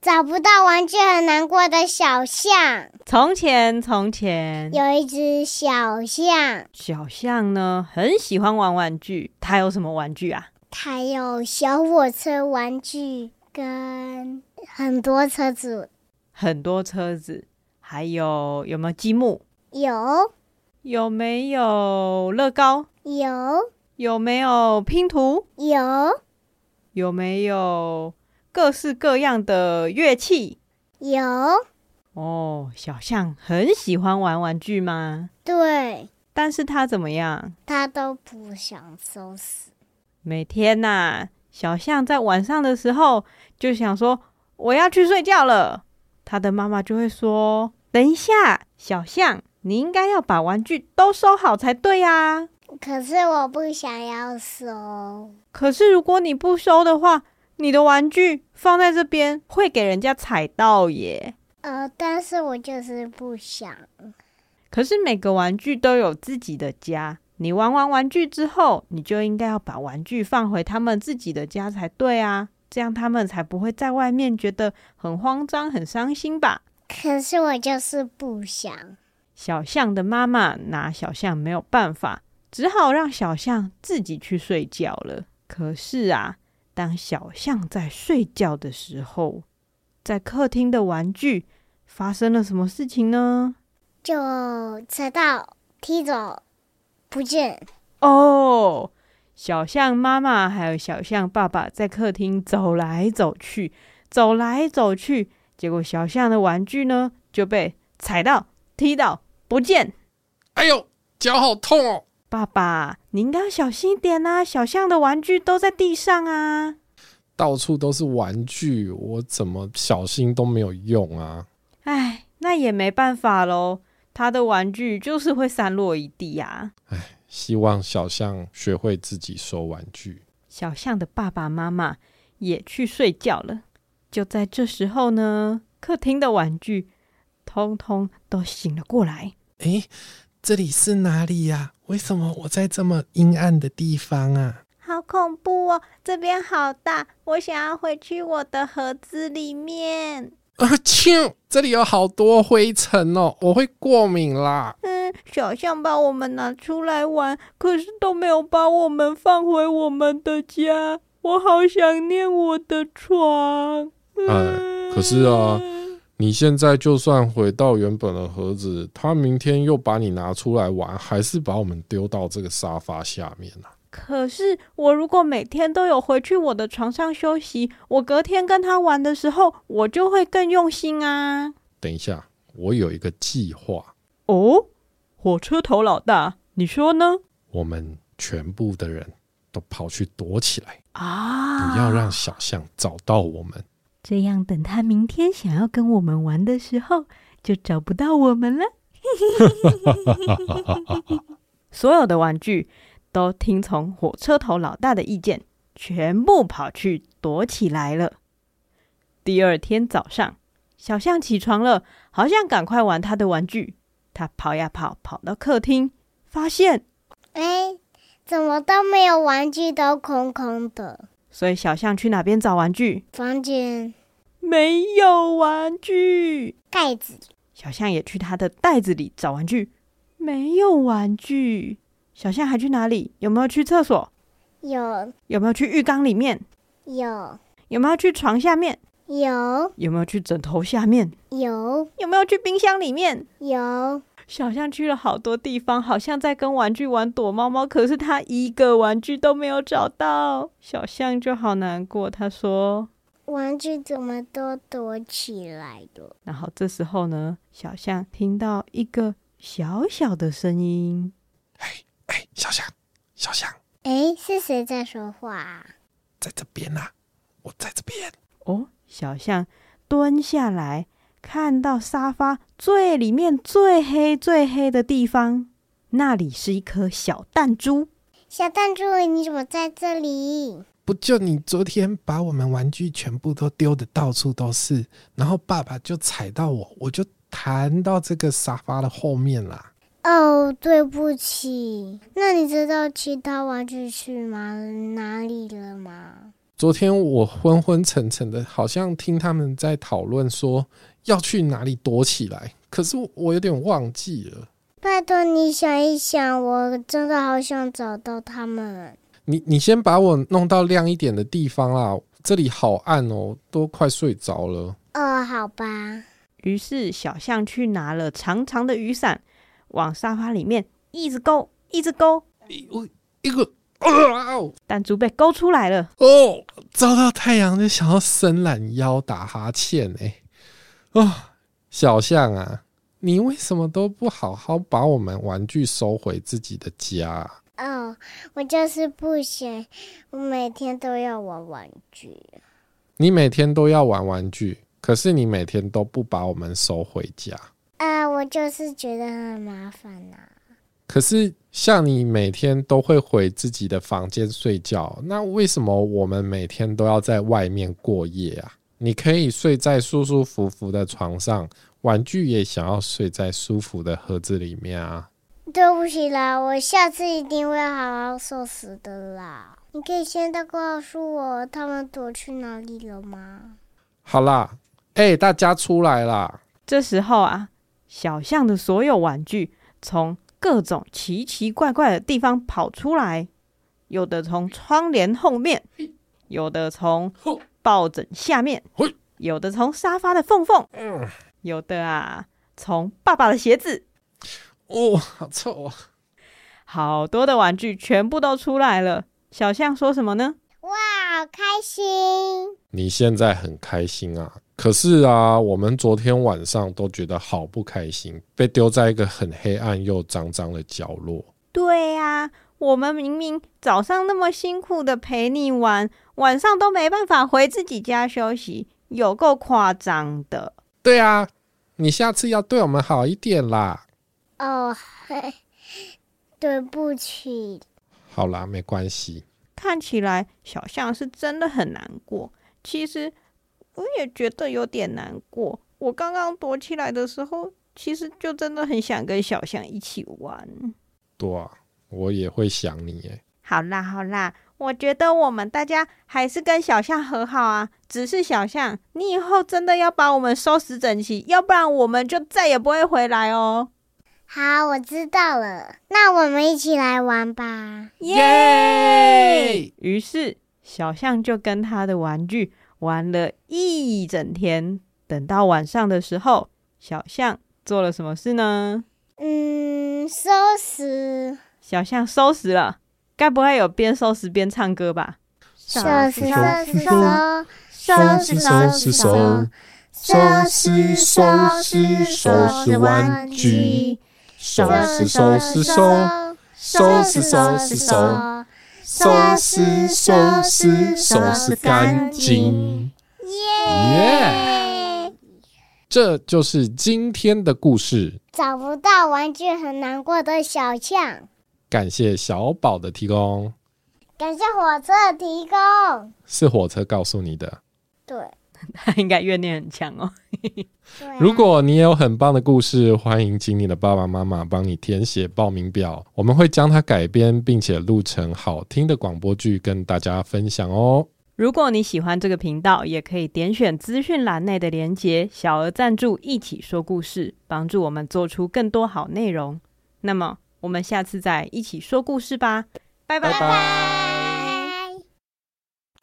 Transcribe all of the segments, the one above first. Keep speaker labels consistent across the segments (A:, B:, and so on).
A: 找不到玩具很难过的小象》。
B: 从前，从前，
A: 有一只小象，
B: 小象呢很喜欢玩玩具，它有什么玩具啊？
A: 它有小火车玩具跟很多车子，
B: 很多车子，还有有没有积木？
A: 有
B: 有没有乐高？
A: 有
B: 有没有拼图？
A: 有
B: 有没有各式各样的乐器？
A: 有，
B: 哦，小象很喜欢玩玩具吗？
A: 对，
B: 但是它怎么样？
A: 它都不想收拾。
B: 每天呐、小象在晚上的时候就想说我要去睡觉了，它的妈妈就会说：“等一下，小象，你应该要把玩具都收好才对啊呀、
A: 可是我不想要收，
B: 可是如果你不收的话，你的玩具放在这边会给人家踩到耶。”
A: 呃，但是我就是不想。
B: 可是每个玩具都有自己的家，你玩完玩具之后，你就应该要把玩具放回他们自己的家才对啊，这样他们才不会在外面觉得很慌张、很伤心吧。
A: 可是我就是不想。
B: 小象的妈妈拿小象没有办法，只好让小象自己去睡觉了。可是啊，当小象在睡觉的时候，在客厅的玩具发生了什么事情呢？
A: 就踩到踢走不见，
B: 哦，小象妈妈还有小象爸爸在客厅走来走去，走来走去，结果小象的玩具呢就被踩到、踢到，不见。
C: 哎呦，脚好痛哦！
B: 爸爸，你应该要小心一点啊！小象的玩具都在地上啊！
C: 到处都是玩具，我怎么小心都没有用啊！
B: 唉，那也没办法喽，他的玩具就是会散落一地呀、啊。
C: 希望小象学会自己收玩具。
B: 小象的爸爸妈妈也去睡觉了。就在这时候呢，客厅的玩具通通都醒了过来。
D: 诶，这里是哪里呀、为什么我在这么阴暗的地方啊？
E: 好恐怖哦！这边好大，我想要回去我的盒子里面。
D: 啊，啾！这里有好多灰尘哦，我会过敏啦。
E: 嗯，小象把我们拿出来玩，可是
B: 都没有把我们放回我们的家，我好想念我的床。
C: 哎可是啊，
E: 嗯
C: 你现在就算回到原本的盒子，他明天又把你拿出来玩，还是把我们丢到这个沙发下面啊？
B: 可是我如果每天都有回去我的床上休息，我隔天跟他玩的时候，我就会更用心啊。
C: 等一下，我有一个计划，
B: 哦，火车头老大，你说呢？
C: 我们全部的人都跑去躲起来，
B: 啊，
C: 不要让小象找到我们。
B: 这样，等他明天想要跟我们玩的时候，就找不到我们了。所有的玩具都听从火车头老大的意见，全部跑去躲起来了。第二天早上，小象起床了，好想赶快玩他的玩具。他跑呀跑，跑到客厅，发现，
A: 哎，怎么都没有玩具，都空空的
B: 所以小象去哪边找玩具？
A: 房间
B: 没有玩具。
A: 盖子
B: 小象也去他的袋子里找玩具，没有玩具。小象还去哪里？有没有去厕所？
A: 有
B: 有没有去浴缸里面？
A: 有
B: 有没有去床下面？
A: 有
B: 有没有去枕头下面？
A: 有
B: 有没有去冰箱里面？
A: 有，
B: 小象去了好多地方，好像在跟玩具玩躲猫猫，可是它一个玩具都没有找到。小象就好难过，他说。
A: 玩具怎么都躲起来了？
B: 然后这时候呢，小象听到一个小小的声音，
D: 哎，小象，小象，
A: 哎，是谁在说话啊？
D: 在这边呐、我在这边。
B: 哦，小象蹲下来，看到沙发最里面最黑最黑的地方，那里是一颗小弹珠。
A: 小弹珠，你怎么在这里？
D: 不就你昨天把我们玩具全部都丢的到处都是，然后爸爸就踩到我，我就弹到这个沙发的后面啦。
A: 哦，对不起。那你知道其他玩具去吗？哪里了吗？
D: 昨天我昏昏沉沉的，好像听他们在讨论说要去哪里躲起来，可是我有点忘记了。
A: 拜托你想一想，我真的好想找到他们。
D: 你你先把我弄到亮一点的地方啦，这里好暗哦，都快睡着了。
A: 哦，好吧。
B: 于是小象去拿了长长的雨伞，往沙发里面一直勾，一直勾，
D: 一个啊哦，
B: 弹珠被勾出来了。
D: 哦，照到太阳就想要伸懒腰、打哈欠哎、啊、小象啊，你为什么都不好好把我们玩具收回自己的家啊、
A: 哦，我就是不想，我每天都要玩玩具。
D: 你每天都要玩玩具，可是你每天都不把我们收回家。
A: 啊，我就是觉得很麻烦呐、
D: 可是像你每天都会回自己的房间睡觉，那为什么我们每天都要在外面过夜啊？你可以睡在舒舒服服的床上，玩具也想要睡在舒服的盒子里面啊。
A: 对不起啦，我下次一定会好好收拾的啦。你可以现在告诉我他们躲去哪里了吗？
D: 好啦，哎、大家出来啦！
B: 这时候啊，小象的所有玩具从各种奇奇怪怪的地方跑出来，有的从窗帘后面，有的从抱枕下面
D: 嘿，
B: 有的从沙发的缝缝，有的啊从爸爸的鞋子，
D: 哦，好臭啊！
B: 好多的玩具全部都出来了。小象说什么呢？
A: 哇，好开心！
C: 你现在很开心啊，可是啊，我们昨天晚上都觉得好不开心，被丢在一个很黑暗又脏脏的角落。
B: 对呀、我们明明早上那么辛苦的陪你玩，晚上都没办法回自己家休息，有够夸张的。
D: 对啊，你下次要对我们好一点啦。
A: 哦，嘿，对不起。
D: 好啦，没关系。
B: 看起来小象是真的很难过，其实我也觉得有点难过。我刚刚躲起来的时候，其实就真的很想跟小象一起玩。
C: 对啊，我也会想你耶。
B: 好啦好啦，我觉得我们大家还是跟小象和好啊。只是小象，你以后真的要把我们收拾整齐，要不然我们就再也不会回来哦。
A: 好，我知道了。那我们一起来玩吧。
B: 耶、于是小象就跟他的玩具玩了一整天。等到晚上的时候，小象做了什么事呢？
A: 嗯，收拾，
B: 小象收拾了，该不会有边收拾边唱歌吧？
A: 收拾，
C: 收
A: 收拾，
C: 拾
A: 收，
C: 收拾收拾收，收拾收拾收拾玩具，收拾收拾收，收拾收拾收，收拾收拾收拾干净。耶！
A: 耶！
C: 这就是今天的故事，
A: 找不到玩具很难过的小象，
C: 感谢小宝的提供，
A: 感谢火车的提供。
C: 是火车告诉你的。
A: 对，
B: 他应该怨念很强哦。
A: 对啊
C: 如果你也有很棒的故事，欢迎请你的爸爸妈妈帮你填写报名表，我们会将它改编并且录成好听的广播剧跟大家分享哦。
B: 如果你喜欢这个频道，也可以点选资讯栏内的连结，小额赞助一起说故事，帮助我们做出更多好内容。那么，我们下次再一起说故事吧，拜拜。
A: 拜。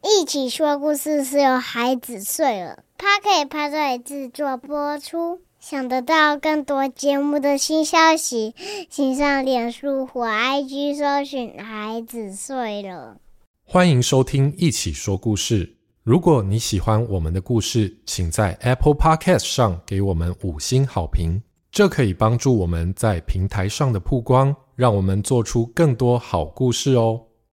A: 一起说故事是由孩子睡了，他可以拍摄与制作播出。想得到更多节目的新消息，请上脸书或 IG 搜寻“孩子睡了
C: 欢迎收听《一起说故事》。如果你喜欢我们的故事，请在 Apple Podcast 上给我们五星好评，这可以帮助我们在平台上的曝光，让我们做出更多好故事哦。